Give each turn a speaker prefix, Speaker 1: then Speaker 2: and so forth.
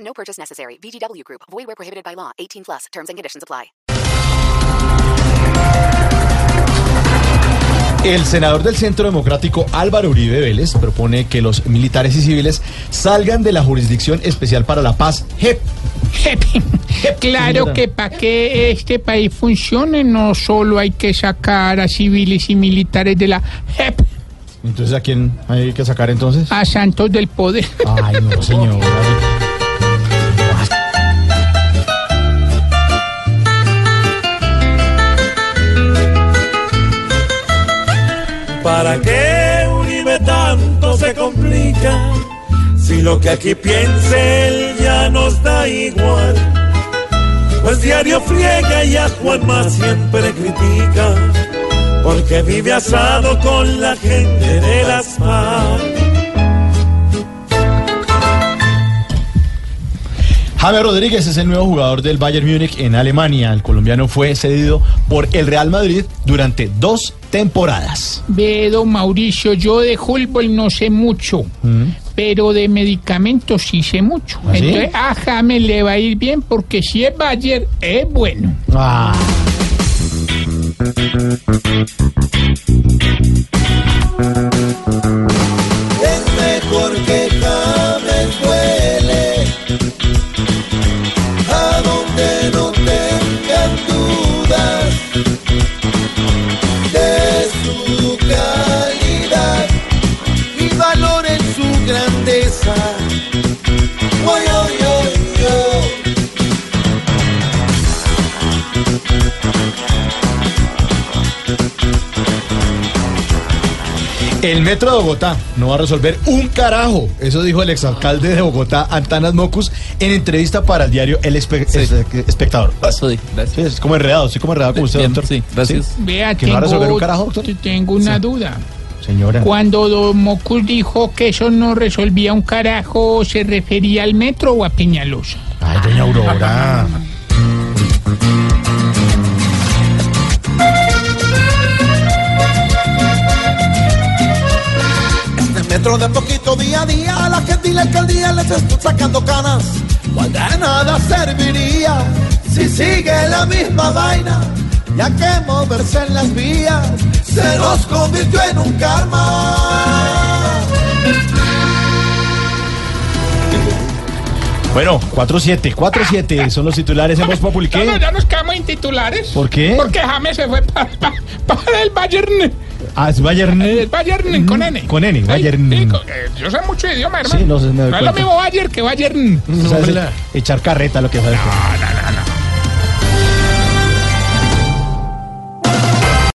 Speaker 1: No purchase necessary. VGW Group. Void where prohibited by law. 18 plus. Terms and conditions apply.
Speaker 2: El senador del Centro Democrático Álvaro Uribe Vélez propone que los militares y civiles salgan de la Jurisdicción Especial para la Paz, E JEP.
Speaker 3: claro que para que este país funcione no solo hay que sacar a civiles y militares de la JEP
Speaker 2: Entonces, ¿a quién hay que sacar entonces?
Speaker 3: a santos del poder.
Speaker 2: Ay, no, señor.
Speaker 4: ¿Para qué Uribe tanto se complica? Si lo que aquí piense él ya nos da igual. Pues diario friega y a Juanma siempre critica. Porque vive asado con la gente de las FARC.
Speaker 2: Javier Rodríguez es el nuevo jugador del Bayern Múnich en Alemania. El colombiano fue cedido por el Real Madrid durante dos temporadas.
Speaker 3: Ve, don Mauricio, yo de fútbol no sé mucho, pero de medicamentos sí sé mucho.
Speaker 2: Mm. ¿Ah, sí?
Speaker 3: Entonces, a James le va a ir bien porque si es Bayer, es bueno.
Speaker 2: Ah.
Speaker 4: Es mejor que James duele. A donde no tengan dudas de su calidad y valor en su grandeza. Oy, oy, oy, oy.
Speaker 2: El Metro de Bogotá no va a resolver un carajo. Eso dijo el exalcalde de Bogotá, Antanas Mocus, en entrevista para el diario El Espe- Es- Espectador.
Speaker 5: Ah, Sí,
Speaker 2: Sí,
Speaker 5: gracias.
Speaker 2: es como enredado, estoy como enredado con usted,
Speaker 5: Bien,
Speaker 2: Pues, doctor.
Speaker 5: sí, gracias.
Speaker 3: Vea,
Speaker 2: ¿Que no va a resolver
Speaker 3: tengo-
Speaker 2: un carajo, doctor? Ah.
Speaker 3: tengo una duda.
Speaker 2: Señora.
Speaker 3: Cuando Don Mocus dijo que eso no resolvía un carajo, ¿se refería al metro o a Peñalosa?
Speaker 2: Ay, doña Aurora.
Speaker 4: Este metro de poquito día a día, a la gente y la alcaldía les están sacando canas. Pues de nada serviría si sigue la misma vaina, ya que moverse en las vías se nos convirtió en un karma.
Speaker 2: Bueno, 4-7, 4-7 son los titulares en Voz Populi. ¿Qué?
Speaker 3: No, no, ya nos quedamos en titulares.
Speaker 2: ¿Por qué?
Speaker 3: Porque James se fue para, el Bayern.
Speaker 2: Ah, es Bayern.
Speaker 3: El Bayern con N.
Speaker 2: Mm, Con N,
Speaker 3: Sí,
Speaker 2: Bayern.
Speaker 3: sí, con- eh, yo sé mucho de idioma, hermano.
Speaker 2: Sí, no sé, me doy
Speaker 3: es lo
Speaker 2: cuenta.
Speaker 3: mismo Bayern que Bayern.
Speaker 2: ¿Sabes? Echar carreta, lo que sabes.
Speaker 3: No, no, no,